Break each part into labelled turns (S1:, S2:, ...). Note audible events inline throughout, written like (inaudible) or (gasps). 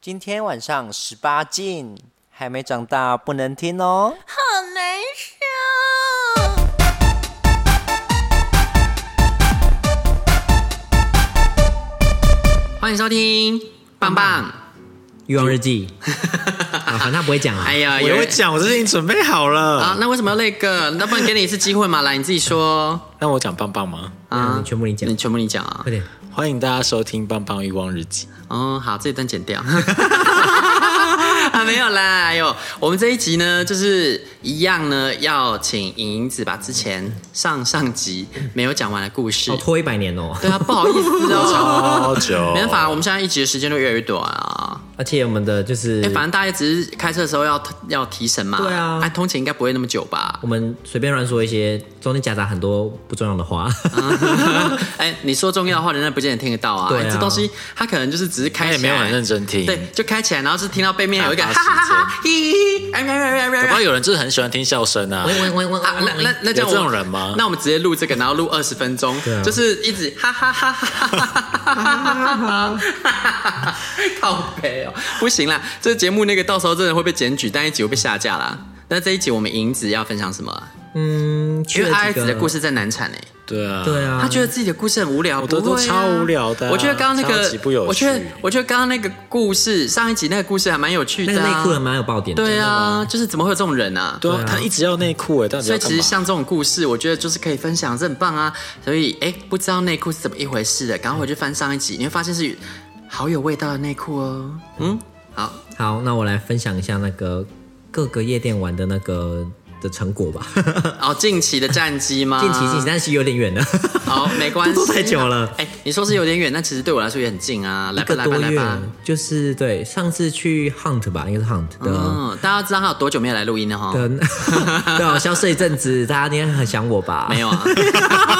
S1: 今天晚上十八禁，还没长大不能听哦。
S2: 好难受。
S3: 欢迎收听棒棒。
S4: 欲望日记， (laughs) 啊，反正他不会讲啊
S3: 哎。呀，
S5: 我
S3: 有
S5: 有讲，我是已经准备好了。
S3: 啊，那为什么要那个？那不然给你一次机会嘛，来你自己
S4: (laughs)
S3: 说
S5: 那我讲棒棒吗？
S4: 啊
S3: 啊，
S4: 你全部你讲
S3: 你全部你讲啊
S4: 快。点，
S5: 欢迎大家收听《棒棒欲望日记》。
S3: 哦，好，这一段剪掉。 (laughs) 啊，没有啦，哎呦，我们这一集呢，就是一样呢，要请银子把之前上上集没有讲完的故事
S4: 哦，，拖一百年哦。
S3: 对啊，不好意思哦，
S5: 好久，
S3: (laughs) 没办法，我们现在一集的时间都越来越短啊。
S4: (laughs) 而且我们的就是
S3: 哎、，反正大家只是开车的时候要要提神嘛。
S4: 对啊
S3: 哎、通勤应该不会那么久吧？
S4: 我们随便乱说一些，中间夹杂很多不重要的话。
S3: 啊哎、你说重要的话，人家不见得听得到啊。
S4: 对啊
S3: 哎这东西他可能就是只是开
S5: 他
S3: 起
S5: 也
S3: 来，
S5: 没有很认。真听。
S3: 对，，就开起来，然后是听到背面有一个
S5: 打
S3: 哈
S5: 发时间
S3: 哈哈哈，嘻嘻，哎哎哎哎哎
S5: 搞不
S3: 哎
S5: 好有人就是很喜欢听笑声啊。
S4: (laughs)
S3: 啊，那那那这样
S5: 有这种
S3: 我们
S5: 人吗
S3: 那我们直接录这个，然后录二十分钟，
S4: 对啊
S3: 就是一直哈哈哈哈哈哈哈哈哈，靠北哦，不行啦，这节目那个到时候真的会被检举，但一集会被下架啦。那这一集我们银子要分享什么啊？
S4: 嗯，
S3: 因为阿
S4: 爱
S3: 子的故，事在难产哎、
S5: 对啊，
S4: 对啊，
S3: 他觉得自己的故事很无聊，
S5: 我的
S3: 不会啊
S5: 都超无聊的啊
S3: 我觉得刚刚那
S5: 超
S3: 个
S5: 级不有趣
S3: 我觉得我觉得刚刚那个故事，上一集那个故事还蛮有趣
S4: 那
S3: 的、
S4: 个内
S3: 啊。
S4: 裤还蛮有爆点的。
S3: 对啊，就是怎么会有这种人啊？
S5: 对啊，他一直要内裤哎，
S4: 啊
S5: 到底
S3: 所
S5: 要
S3: 以
S5: 干
S3: 其实
S5: 嘛？
S3: 像这种故事，我觉得就是可以分享，这很棒啊。所以哎，不知道内裤是怎么一回事的，赶快回去翻上一集，你会发现是好有味道的内裤哦。嗯，好，
S4: 好，那我来分享一下那个各个夜店玩的那个的成果吧。 (laughs)
S3: 哦，近期的战绩吗？
S4: 近期近期，但是有点远了。
S3: (laughs) 好，没关系，啊
S4: 都太久了。
S3: 哎，你说是有点远，但其实对我来说也很近啊。来
S4: 一 (laughs)
S3: 吧，
S4: 个
S3: 来吧，
S4: 多
S3: 来
S4: 月
S3: 吧。，
S4: 就是对上次去 Hunt 吧，应该是 Hunt 的。
S3: 嗯，大家知道他有多久没有来录音了哈？
S4: 的 (laughs) 对啊，消失一阵子，大家应该很想我吧？
S3: 没有
S4: (laughs)
S3: 啊，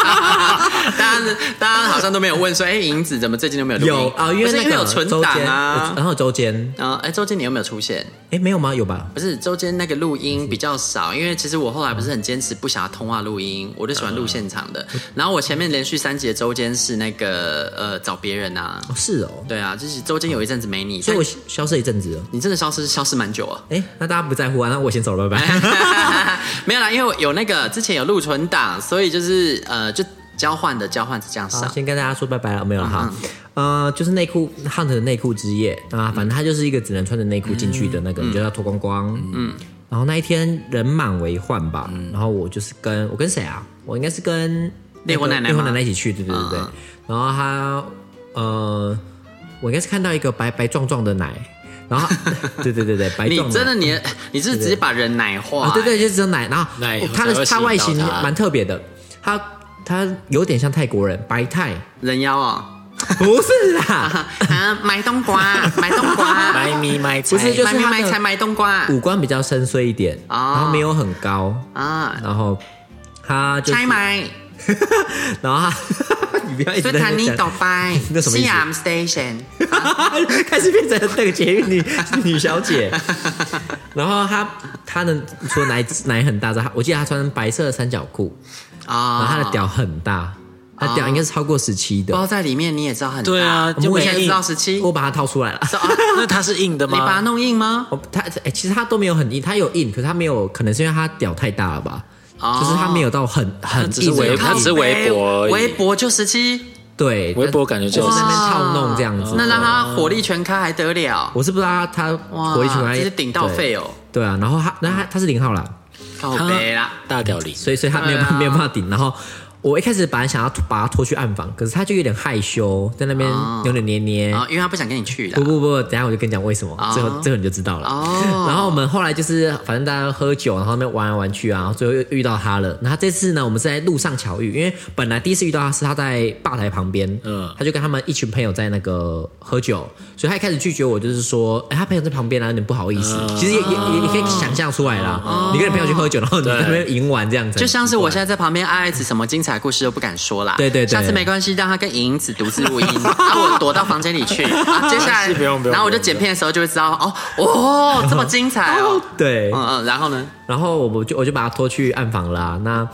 S3: 大家大家好像都没有问说，哎、银子怎么最近都没有录音？
S4: 有啊，因
S3: 不
S4: 为
S3: 是
S4: 那
S3: 因为
S4: 个
S3: 有存
S4: 周
S3: 档
S4: 间
S3: 啊。
S4: 然后周间，
S3: 啊，哎、周间你有没有出现？
S4: 哎，没有吗？有吧？
S3: 不是周间那个录音比较少，因为其实我后来不是很坚持不想要通话录音，我就喜欢录现场
S4: 嗯
S3: 的。然后我前面连续三集的周间是那个呃找别人啊，
S4: 哦，是哦，
S3: 对啊，就是周间有一阵子没你，
S4: 所以我
S3: 但
S4: 消失一阵子了。
S3: 你真的消失消失蛮久啊。
S4: 哎，那大家不在乎啊，那我先走了，拜
S3: 哎
S4: 拜。
S3: 没有啦，因为我有那个之前有录存档，所以就是呃就交换的交换是这样
S4: 好，
S3: 上。
S4: 先跟大家说拜拜了，没有
S3: 嗯
S4: 了哈。呃，就是内裤 Hunt 的内裤之夜啊，
S3: 嗯
S4: 反正它就是一个只能穿着内裤进去的那个，你就要脱光光。嗯，然后那一天人满为患吧，
S3: 嗯
S4: 然后我就是跟我跟谁啊？我应该是跟
S3: 烈火奶奶吗
S4: 烈火奶奶一起去，对对对对。
S3: 嗯
S4: 然后他呃，我应该是看到一个白白壮壮的奶，然后 (laughs) 对对对对，白
S3: 你
S4: 壮奶
S3: 真的你
S4: (laughs)
S3: 你是直接把人奶化、欸
S4: 啊，对对，就是只有奶，然后
S5: 奶
S4: 哦它
S5: 才
S4: 的
S5: 会吸
S4: 它
S5: 引
S4: 外
S5: 到
S4: 形
S5: 它
S4: 蛮特别的，它它有点像泰国人，白泰。
S3: 人妖啊、
S4: 不是啦，
S3: 哦、啊，买冬瓜，买冬瓜，
S5: 买米买菜，
S4: (laughs) 不是就
S3: 买
S4: 是他
S3: 买
S4: 的
S3: 菜买冬瓜
S4: 五官比较深邃一点，
S3: 哦
S4: 然后没有很高，
S3: 啊，
S4: 然后他就是
S3: 拆买，
S4: 然后他， (laughs) 你不要一直
S3: 所以
S4: 在
S3: 坦尼
S4: 哎那
S3: 斗
S4: 讲，
S3: 拜，
S4: 那什么意思
S3: CM Station，
S4: (laughs) 开始变成那个捷运女女小姐。然后她她的除了奶奶很大之外，她我记得她穿白色的三角裤，然后
S3: 啊，
S4: 她的屌很大，她屌应该是超过十七的。
S3: 包在里面，你也知道很大
S5: 对啊
S3: 我
S5: 就
S3: 们
S5: 没
S3: 也
S5: 印
S3: 知道哦十七，
S4: 我把它掏出来了。
S3: 是啊
S5: 那它是硬的
S3: 你把它
S5: 吗？
S3: 弄硬吗？
S4: 哦，他哎、其实他都没有很硬，他有硬，可是他没有，可能是因为他屌太大了吧，
S3: 哦
S4: 就是他没有到很很硬
S5: 只是
S4: 的
S5: 微
S4: 那
S5: 它
S4: 种
S5: 只是微博而已
S3: 微博就十七，
S4: 对
S5: 微博感觉就
S4: 就是是在那边套弄这样子。
S3: 哦那让它火力全开还得了？
S4: 我是不知道他
S3: 哇，
S4: 他回去哪
S3: 这
S4: 里
S3: 是顶到肺哦，
S4: 对。对啊，然后他那他他是零号啦，
S3: 靠北啦。
S5: 大屌零，
S4: 所以所以他没有、
S3: 对啊
S4: 没有办法顶。然后我一开始本来想要把他拖去暗房，可是他就有点害羞，在那边扭扭捏捏。
S3: 啊，因为他不想跟你去
S4: 哎不
S3: 的。
S4: 不不，等一下我就跟你讲为什么，最后最后你就知道了。
S3: 哦
S4: 然后我们后来就是，反正大家喝酒，然后那边玩来玩去啊，然后最后又遇到他了。然后这次呢，我们是在路上巧遇，因为本来第一次遇到他是他在吧台旁边，嗯
S5: 嗯，
S4: 他就跟他们一群朋友在那个喝酒，所以他一开始拒绝我，就是说，哎、他朋友在旁边啊，有点不好意思。其实也也也也可以想象出来啦，你跟你朋友去喝酒，然后你在那边赢完这样子，
S3: 就像是我现
S4: 在
S3: 在在旁边，爱子什么精彩故事都不敢说啦。
S4: 对对对
S3: 下次没关系，让他跟银子独自
S4: (laughs)
S3: 录音，啊，我躲到房间里去。啊，接下来，
S5: 不用不用
S3: 然后我就剪片的时候就会知道，哦，哦，这么
S4: (laughs)
S3: 精彩哦。
S4: 对，
S3: 嗯嗯，然后呢？
S4: 然后我就我就把他拖去暗房啦、那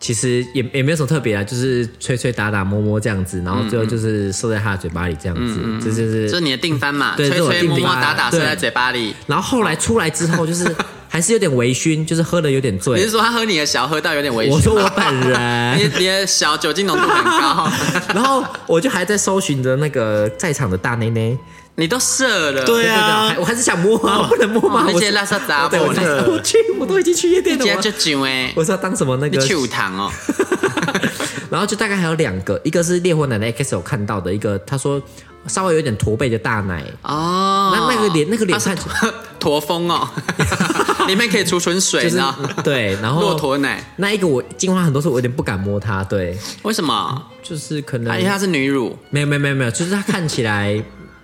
S4: 其实也也没有什么特别啊，就是吹吹打打摸摸这样子，然后最后就是射在他的嘴巴里这样子，这就
S3: 这是
S4: 是。
S3: 你的定番嘛？
S4: 对
S3: 吹
S4: 这是我
S3: 吹
S4: 定
S3: 摸摸
S4: 番
S3: 打打，射
S4: 对
S3: 在嘴巴里。
S4: 然后后来出来之后，就是还是有点微醺，就是喝的有点
S3: 你是
S4: 醉。
S3: 说他喝你的小喝到有点微醺？
S4: 我说我本
S3: 你
S4: 人，
S3: 你的小酒精浓度很
S4: (laughs)
S3: 高，
S4: 然后我就还在搜寻着那个在场的大内内，
S3: 你都射了。
S5: 对啊
S4: 还我还是想摸啊，我不能摸吗？
S3: 哦
S4: 我
S3: 那些
S4: 是
S3: 垃圾杂
S4: 对，我
S3: 货
S4: 就
S3: 呢，
S4: 我去，我都已经去夜店
S3: 你
S4: 了，
S3: 今天
S4: 我
S3: 就酒哎，
S4: 我是要当什么那
S3: 你
S4: 个
S3: 去舞堂哦。
S4: 然后就大概还有两个，一个是烈火奶奶一开始有看到的一个，他说稍微有点驼背的大奶，
S3: 哦，
S4: 那那个脸那个脸
S3: 它是
S4: 看起
S3: 驼峰哦，
S5: (laughs)
S3: 里面可以储存水，
S4: 就是
S3: 呢。
S4: 嗯 (laughs) 对，然后
S3: 哦骆驼奶
S4: 那一个我进化很多次，我有点不敢摸它，对，
S3: 为什么？
S4: 就是可能
S3: 啊因为它是女乳，
S4: 没有没有没有没有，就是它看起来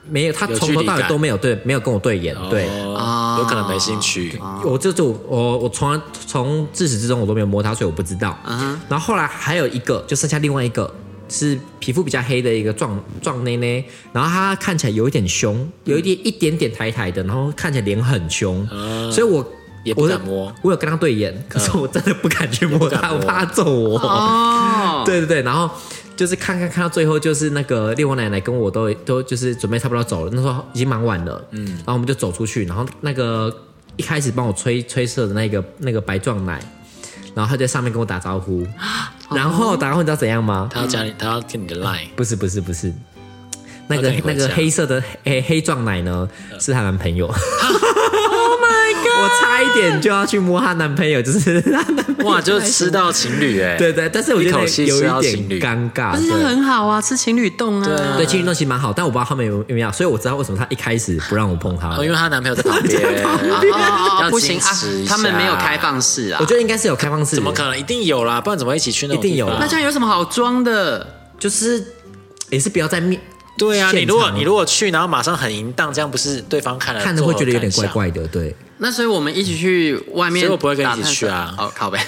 S4: 没有，它
S5: 有
S4: 从
S5: 距
S4: 头
S5: 离
S4: 到尾
S5: 感
S4: 都没有对，没有跟我对眼，对。
S5: 哦，有可能没兴趣。
S4: 我就就我我从来从自始至终我都没有摸它，所以我不知道。
S5: 啊
S4: 然后后来还有一个，就剩下另外一个是皮肤比较黑的一个壮壮内内，然后他看起来有一点
S5: 嗯
S4: 凶，有一点一点点抬抬的，然后看起来脸很凶，所以我。
S5: 啊也不敢摸嗯
S4: 我，我有跟他对眼，可是我真的不敢去摸
S5: 也不
S4: 他，
S5: 敢
S4: 我
S5: 摸
S4: 怕他揍我。
S3: 哦，
S5: 嗯
S4: 对对对，然后就是看看看到最后，就是那个烈火奶奶跟我都都就是准备差不多走了，那时候已经蛮晚了，嗯，然后我们就走出去，然后那个一开始帮我吹吹射的那个那个白壮奶，然后他在上面跟我打招
S5: (gasps)
S4: 呼，然后打招呼你知道怎样吗？
S5: 他要加你，他要跟你的 line，
S4: 不是不是不是。那
S5: 他
S4: 个
S5: 带你回啊呃
S4: 那
S5: 家
S4: 个黑色的黑黑壮奶呢，是她男朋友。oh
S5: 啊
S4: (laughs)
S5: 哦
S4: my god！我差一点就要去摸她男朋友，就是她男朋友。
S5: 哇，就吃到情侣哎，
S4: (laughs) 对对，但是我觉
S5: 一
S4: 得
S5: 口气
S4: 有
S5: 吃到
S4: 一
S5: 情
S4: 点
S5: 侣
S4: 尴尬。
S3: 不是
S4: 对
S3: 很好啊，吃情侣冻 (laughs) 啊。
S5: 嗯
S4: 对，情侣洞其实蛮好，但我不知道他们有没有要，所以我知道为什么他一开始不让我碰他。
S5: 哦，因为她男朋友在旁边，啊
S3: 哦
S5: 要
S3: 不行啊
S5: 矜持一，下
S3: 他们没有开放式啊
S4: 我。觉得应该是有开放式，
S5: 怎么可能？一定有啦，不然怎么会一起去那种地方？
S4: 一定有
S3: 那这样有什么好装的？
S4: 就是也是不要在面。
S5: 对啊，
S4: 现
S5: 你如果
S4: 场
S5: 你如果去，然后马上很淫荡，这样不是对方看了
S4: 看着会觉得有点怪，怪的，对。
S3: 那所以我们一起去外面，
S5: 所以我不会跟你一起去啊
S3: 哦，靠 (laughs) 呗。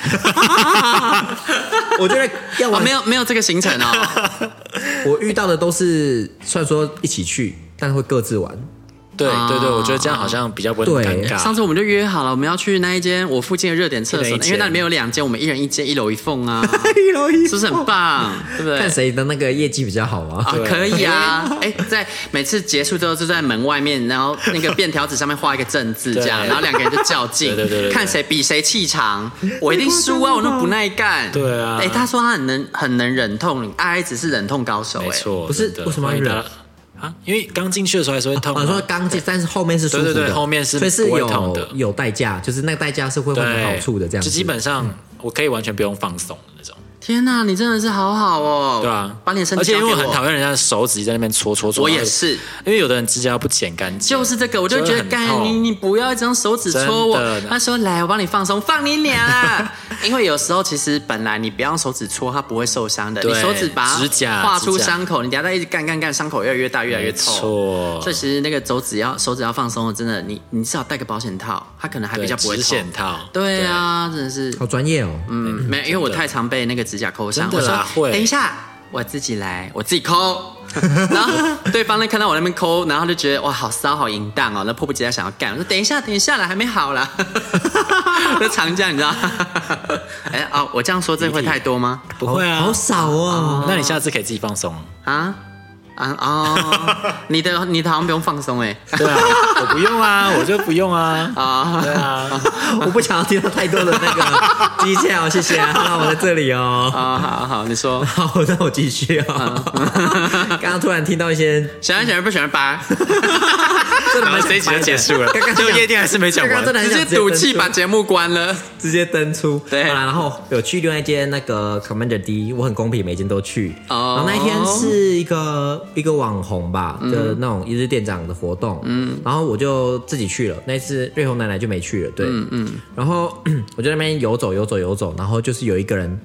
S4: 我
S5: 呃
S4: 觉得要
S3: 哦，
S4: 玩
S3: 没，有没有这个行程
S5: (laughs)
S3: 哦。
S4: 我遇到的都是虽然说一起去，但会各自玩。
S5: 作感
S3: 啊
S5: 想对对对，我觉得这样好像比较不会那么
S4: 对
S5: 尴尬。
S3: 上次我们就约好了，我们要去那一间我附近的热点厕
S5: 一
S3: 所，
S5: 人一间
S3: 因为那里面有两间，我们一人一间，一楼一缝
S5: (laughs)
S3: 啊，
S4: 一楼一
S3: 是不是很棒？对不对？
S4: (laughs) 看谁的那个业绩比较好啊
S3: 啊？，可以
S5: (laughs)
S3: 啊！哎，在每次结束之后，就在门外面，然后那个便条纸上面画一个正字，这样，
S5: 对
S3: 然后两个人就较劲，
S5: 对对对对对
S3: 看谁比谁气
S5: (laughs)
S3: 长。我一定输啊！我那么不耐干。
S5: 对啊
S3: 哎，他说他很能很能忍痛，阿爱只是忍痛高手，哎
S5: 没，错，
S4: 不是
S5: 真的
S4: 为什么要忍
S5: 欢迎大家啊？因为刚进去的时候还是会痛
S4: 我
S5: 啊。
S4: 说刚进，但是后面是舒服的，
S5: 对对对后面是
S4: 所以是
S5: 不会痛的
S4: 有有代价，就是那个代价是会换
S5: 对
S4: 有好处的，这样子。嗯
S5: 就基本上我可以完全不用放松的那种，
S3: 天哪，你真的是好好哦，
S5: 对啊，
S3: 把你的身体
S5: 而且因为
S3: 交
S5: 我
S3: 给
S5: 很
S3: 我
S5: 讨厌人家的手指在那边戳戳戳，
S3: 我也
S5: 然后
S3: 是，
S5: 因为有的人指甲不剪干净，
S3: 就是这个，我就觉得
S5: 真的很
S3: 干
S5: 痛
S3: 你，你不要一直用手指戳我
S5: 真的。
S3: 他说来，我帮你放松，放你俩
S5: (laughs)
S3: 啦。因为有时候其实本来你不要用手指戳，它不会受伤的。
S5: 对
S3: 你手指把它
S5: 指甲
S3: 划出
S5: 指甲
S3: 伤口，你等下再一直干干干，伤口越来越大，越来越
S5: 没
S3: 痛。
S5: 错
S3: 所以其实那个手指要手指要放松了，真的，你你至少戴个保险套，它可能还
S5: 对
S3: 比较不会
S5: 指
S3: 痛
S5: 险。套，
S3: 对啊，真的是，
S4: 好专业哦。
S3: 嗯，没有，因为我太常被那个指甲抠伤。
S5: 真的啦
S3: 我说
S5: 会
S3: 等一下，我自己来，我自己抠。然后对方呢看到我那边抠，然后就觉得哇好骚好淫荡哦，那迫不及待想要干。我说等一下，等一下啦，还没好啦。就常这样，你知道？哎啊、哦，我这样说真的会太多吗？
S5: 对，不会啊
S4: 好。少哦。
S5: 那你下次可以自己放松。
S3: 啊啊哦，你的你的好像不用放松哎
S5: 对啊，我不用啊，我就不用啊。 (laughs)
S3: 啊。
S5: 对啊，
S4: (laughs) 我不想要听到太多的那个技巧，谢谢啊，那我在这里哦。
S3: 啊、好 (laughs) 好，你说
S4: 好，那我继续哦。刚刚突然听到一些，
S3: 喜欢喜欢不喜欢吧？
S4: 真
S3: (laughs)
S4: 的
S5: 然后
S4: 蛮
S5: 这一集就结束了
S4: 刚刚，
S5: 就夜店还是没讲
S4: 刚
S5: 完
S4: 刚真。的很
S3: 直
S4: 想
S3: 接赌气
S4: 登
S3: 把
S4: 出
S3: 节目关了。
S4: 直接登出。
S3: 对
S4: 好啦，然后有去另外一间那个 Commander D，我很公平，每间都去。
S3: 哦
S4: 然后那一天是一个一个网红吧的那种一日店长的活动，嗯，然后我就自己去了。那一次瑞红奶奶就没去了，对，嗯嗯。然后 (clears throat) 我就在那边游走游走游走，然后就是有一个人。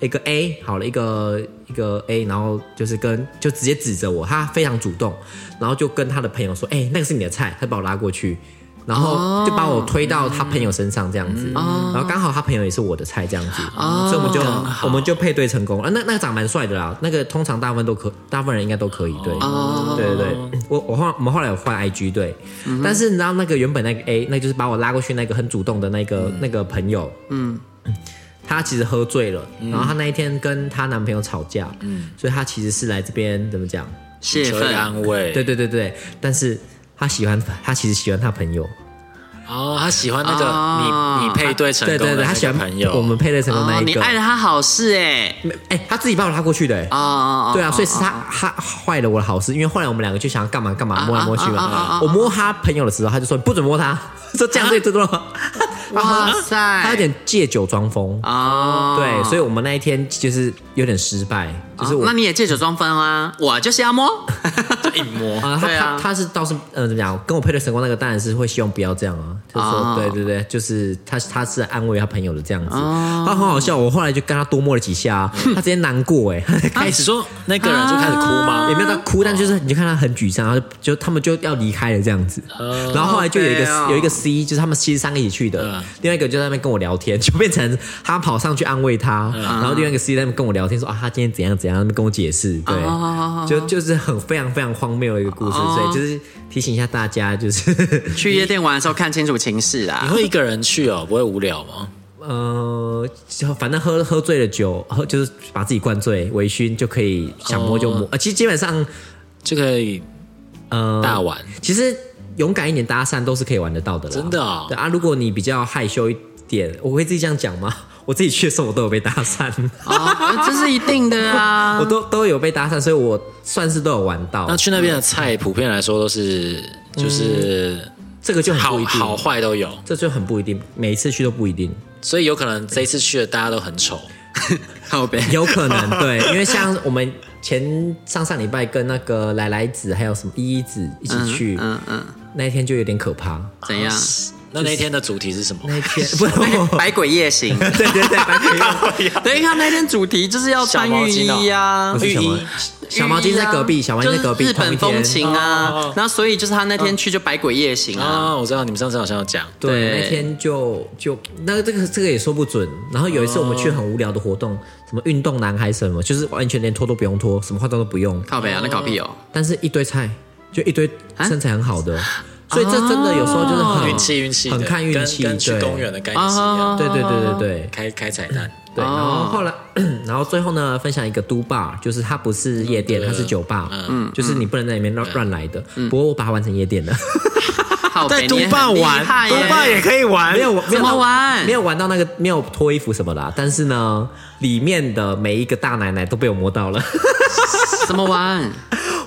S4: 一个 A 好了，一个一个 A，然后就是跟就直接指着我，他非常主动，然后就跟他的朋友说：“哎、那个是你的菜。”他把我拉过去，然后就把我推到他朋友身上这样子，然后刚好他朋友也是我的菜这样子，
S5: 哦
S4: 所以我们就我们就配对成功。啊，那那个长蛮帅的啦，那个通常大部分都可，大部分人应该都可以，对，
S5: 哦
S4: 对对对。我我后我们后来有换 IG 对，但是你知道
S5: 嗯
S4: (clears throat) 那个原本那个 A，那就是把我拉过去那个很主动的那个、那个朋友，嗯。她其实喝醉了，
S5: 嗯
S4: 然后她那一天跟她男朋友吵架，嗯，所以她其实是来这边怎么讲？
S3: 泄
S5: 求一个
S3: 愤，
S5: 安慰。
S4: 对对对对，但是她喜欢她其实喜欢她朋友，
S5: 哦，他喜欢那个
S3: 哦
S5: 你你配对成
S4: 对
S5: 功
S4: 对
S5: 的
S4: 对，她
S5: 那
S4: 喜
S5: 个
S4: 欢
S5: 朋友，
S4: 我们配对成功那
S3: 哦，
S4: 一
S3: 你
S4: 个，
S3: 爱了他好事哎，
S4: 没哎，她自己把我拉过去的，哎
S3: 哦哦哦，
S4: 对啊，所以
S3: 哦
S4: 是他他坏了我的好事，因为后来我们两个就想要干嘛干嘛
S3: 啊
S4: 摸来摸去
S3: 啊啊啊啊
S4: 嘛
S3: 啊。
S4: 我摸他朋友的时候，他就说不准摸他， (laughs) 说这样最最多
S3: (laughs)
S4: 了。
S3: 哦哇塞
S4: 啊他有点借酒装疯
S3: 哦，
S4: 对，所以我们那一天就是有点失败，就是
S3: 哦
S4: 我
S3: 那你也借酒装疯啊，我就是
S4: (laughs)
S3: 要摸，
S5: 一摸，
S4: 啊，他
S3: 对啊
S4: 他他是倒是呃怎么讲，跟我配对成功那个当然是会希望不要这样啊，就
S3: 哦
S4: 说对对对，就是他他是安慰他朋友的这样子，
S3: 啊
S4: 他很好笑，我后来就跟他多摸了几
S3: (laughs)
S4: 下啊，他直接难过哎， (laughs)
S5: 开始说那个人就开始哭吗
S4: 也？没有到哭，但就是你就看他很沮丧，然后就就他们就要离开了这样子。然后后来就有一个
S3: 好悲哦
S4: 有一个 C，就是他们其实三个一起去的
S5: 嗯，
S4: 另外一个就在那边跟我聊天，就变成他跑上去安慰他，然后另外一个 C 在那边跟我聊天说啊，他今天怎样怎样，在那边跟我解释，对，就就是很非常非常荒谬的一个故事，所以就是提醒一下大家，就是 (laughs)
S3: 去夜店玩的时候看清楚情势
S5: 你
S3: 啊。
S5: 会一个人去哦，不会无聊吗？
S4: 呃，就反正喝喝醉了酒，喝就是把自己灌醉、微醺就可以想摸就摸，呃，其实基本上
S5: 就可以
S4: 呃
S5: 大玩，
S4: 其实勇敢一点搭讪都是可以玩得到的啦，
S5: 真的哦
S4: 对啊，如果你比较害羞一点，我会自己这样讲吗？ (laughs) 我自己去的时候我都有被搭讪，
S3: 哦，这是一定的啊
S4: 我。都都有被搭讪，所以我算是都有玩到
S5: 那。去那边的菜普遍来说都是就是
S4: 这嗯个就很不
S5: 好
S4: 一定，
S5: 好坏都有，
S4: 这就很不一定，每一次去都不一定，
S5: 所以有可能这一次去的大家都很丑。
S3: 靠背，
S4: 有可能对，因为像我们前上上礼拜跟那个来来子还有什么依依子一起去，
S3: 嗯嗯，
S4: 那一天就有点可怕。
S3: 怎样？
S5: 那那天的主题是什么？
S4: 啊那一天不是，我
S3: 百鬼夜行。
S4: (laughs) 对对对，白天
S3: (laughs) 等一下，那天主题就是要穿浴衣啊
S4: 不。是小毛
S5: 浴衣
S4: 小毛巾在隔壁，小毛巾在隔壁，
S3: 就是日
S4: 同一
S3: 本
S4: 天
S3: 风情
S5: 哦哦
S3: 啊
S5: 哦。
S3: 那所以就是他那天去就百鬼夜行啊。
S4: 哦
S5: 啊，我知道你们上次好像有讲，
S4: 对，
S3: 对
S4: 那天就就那个这个这个也说不准。然后有一次我们去很无聊的活动，什么运动男孩什么，就是完全连脱都不用脱，什么化妆都不用，
S3: 靠背啊，那搞
S4: (laughs)
S3: 屁哦。
S4: 但是一堆菜，就一堆身材很好的，所以这真的有时候就是很
S5: 运气运气的，
S4: 很看运气，
S5: 跟跟去
S4: 对哦
S5: 公园的概念是一样，
S4: 对对对对对。
S5: 开开彩蛋。
S4: 对，然后后来， (clears throat) 然后最后呢，分享一个都吧，就是它不是夜店，它是酒吧，嗯，就是你不能在里面乱乱来的。不过我把它玩成夜店了，
S3: 靠背，
S5: 在
S3: 哎你
S5: 独
S3: 也
S5: 霸
S3: 很厉
S5: 玩，
S3: 害
S5: 独霸
S3: 耶。
S5: 也可以玩，
S4: 没有没有
S3: 怎么玩
S4: 没有玩到那个没有脱衣服什么的啊，但是呢，里面的每一个大奶奶都被我摸
S5: (laughs)
S4: 到了。
S3: 怎么玩？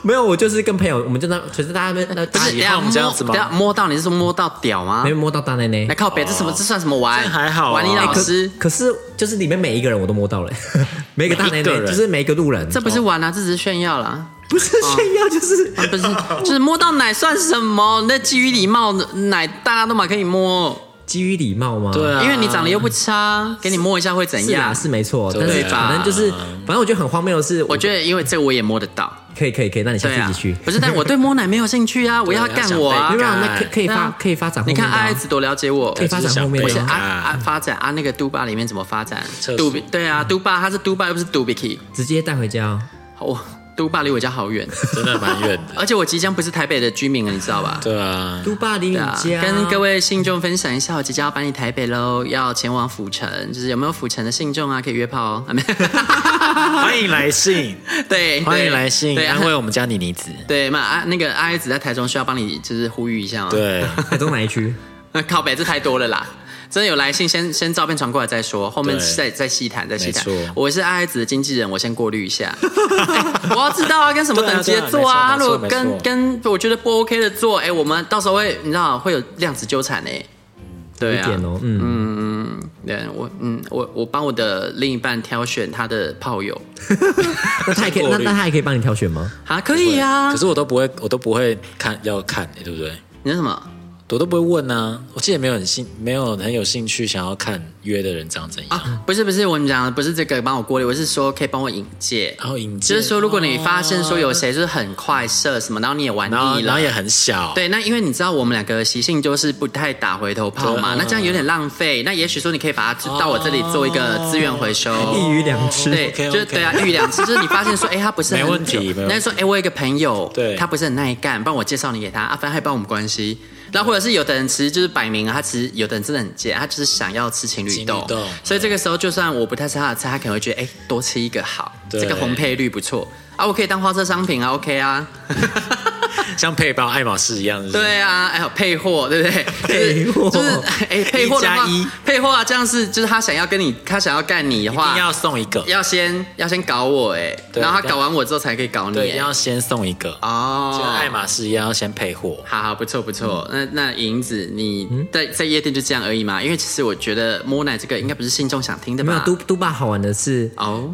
S4: 没有，我就是跟朋友，我们就那随着大家那
S3: 不
S4: 大
S3: 是，啊
S5: 以
S3: 等一下
S5: 后我们这样
S3: 摸
S5: 子吗
S3: 等一下摸到你是摸到屌吗
S4: 没？摸到大奶奶
S3: 那。靠北，这什么？这算什么玩？
S5: 这还好啊
S3: 玩你老
S5: 哎可
S3: 师，
S4: 可是就是里面每一个人我都摸到了， (laughs) 每一个大奶
S5: 每
S4: 奶
S5: 一个人
S4: 就是每一个路人，哦
S3: 这不是玩
S5: 哦
S3: 啊，这只是炫耀啦。
S4: 不是炫耀，就是
S3: 啊，不是，就是摸到奶算什么？那基于礼貌，奶大家都嘛可以摸，
S4: 基于礼貌吗？
S5: 对啊，
S3: 因为你长得又不差，给你摸一下会怎
S4: 是啊，
S3: 样？
S4: 是没错，
S5: 对
S4: 但是
S3: 吧
S4: 反正就是，反正我觉得很荒谬的是，
S3: 我觉得因为这我也摸得到，
S4: 可以可以可以，那你下
S3: 对
S4: 次
S3: 啊
S4: 一起去，，
S3: 不是，但我对摸奶没有兴趣啊，我要他干我啊
S4: 没有，
S5: 想被。
S4: 那可以可以
S3: 对
S4: 发
S3: 啊
S4: 可以发展后
S3: 你
S4: 面的
S3: 看
S4: 啊，
S3: 阿爱子多了解我，
S4: 可以发展后面
S3: 不
S5: 我是
S3: 是
S4: 的
S3: 啊
S4: 啊，
S3: 啊发展啊那个杜巴里面怎么发展？
S5: 厕所
S3: 杜比对啊，杜巴它是杜巴又不是杜比 key，
S4: 直接带回家哦。
S3: 哦，杜巴离我家好远，
S5: 真的蛮远的。
S3: 而且我即将不是台北的居民了，你知道吧？
S5: 对啊，
S4: 都巴离你
S3: 对啊，
S4: 家，
S3: 跟各位信众分享一下，我即将要搬离台北喽，要前往府城，就是有没有府城的信众啊，可以约炮哦。啊 (laughs) 没
S5: 欢迎来信，
S3: 对，
S5: 欢
S3: 对
S5: 迎来信，
S3: 对啊
S5: 安慰我们家妮妮子。
S3: 对嘛啊，那个阿姨子在台中需要帮你就是呼吁一下吗？，
S5: 对，
S4: 台中哪一 (laughs) 区？
S3: (laughs) 靠北这太多了啦。真的有来信，先先照片传过来再说，后面
S5: 对
S3: 再再细谈，再细谈
S5: 没错。
S3: 我是阿姨子的经纪人，我先过滤一
S5: (laughs)
S3: 下、哎我要知道要跟什么等级的做啊。
S5: 对啊对啊没错
S3: 如果
S5: 没错
S3: 跟
S5: 没错
S3: 跟我觉得不 OK 的做，哎、我们到时候会你知道会有量子纠缠哎、对
S4: 一
S3: 啊，
S4: 点哦，嗯，
S3: 对，我嗯，我我帮我的另一半挑选他的炮友
S4: 那他也可以，
S5: 过
S4: 那
S5: 滤
S4: 那他也可以帮你挑选吗？
S3: 啊，可以啊
S5: 可。是我都不会，我都不会看，要看，欸对不对？
S3: 你说什么
S5: 我都不会问啊。我记得没有很兴，没有很有兴趣想要看约的人长怎样。
S3: 啊？不是不是，我跟你讲的不是这个帮我过滤，我是说可以帮我引介。
S5: 然后引荐，
S3: 就是说，如果你发现说有
S5: 哦，
S3: 谁就是很快射什么，然后你也玩腻
S5: 然后然
S3: 了
S5: 后，也很小，，
S3: 对，那因为你知道我们两个习性就是不太打回头炮嘛，
S5: 对啊
S3: 那这样有点浪费。那也许说你可以把它到我这里做一个资源回收，
S4: (laughs) 一鱼两吃，
S3: 对，
S5: OK，OK
S3: 就是对啊，一鱼两吃，就是你发现说，哎、他不是很
S5: 没问题没问题
S3: 那说，哎、我有一个朋友，
S5: 对
S3: 他不是很耐干，帮我介绍你给他，啊，反正还帮我们关系。那或者是有的人其实就是摆明了，他其实有的人真的很贱，他就是想要吃情侣
S5: 情侣
S3: 豆，
S5: 豆
S3: 所以这个时候就算我不太吃他的菜，他可能会觉得哎、多吃一个好，
S5: 对
S3: 这个红配率不错啊，我可以当花车商品啊，OK 啊，
S5: 像配包爱马仕一样，是不是
S3: 对啊，还有配货，对不对？
S5: (laughs)
S4: 配货
S3: 就是就是哎、配货的话
S5: 一加一，
S3: 配货啊，这样是就是他想要跟你，他想要干你的
S5: 一定
S3: 话，
S5: 要送一个，
S3: 要先要先搞我哎、
S5: 对
S3: 然后他
S5: 要
S3: 搞完我之后才可以搞你、
S5: 对，
S3: 哎
S5: 要先送一个，
S3: 哦，
S5: 就跟爱嗯马仕一样，要先配货。
S3: 好好，不错不错。那那银子，
S5: 嗯
S3: 你在在夜店就这样而已嘛？因为其实我觉得摸奶这个应该不是信众想听的
S4: 没有啊
S3: 吧？
S4: 都都霸好玩的是，
S3: 哦，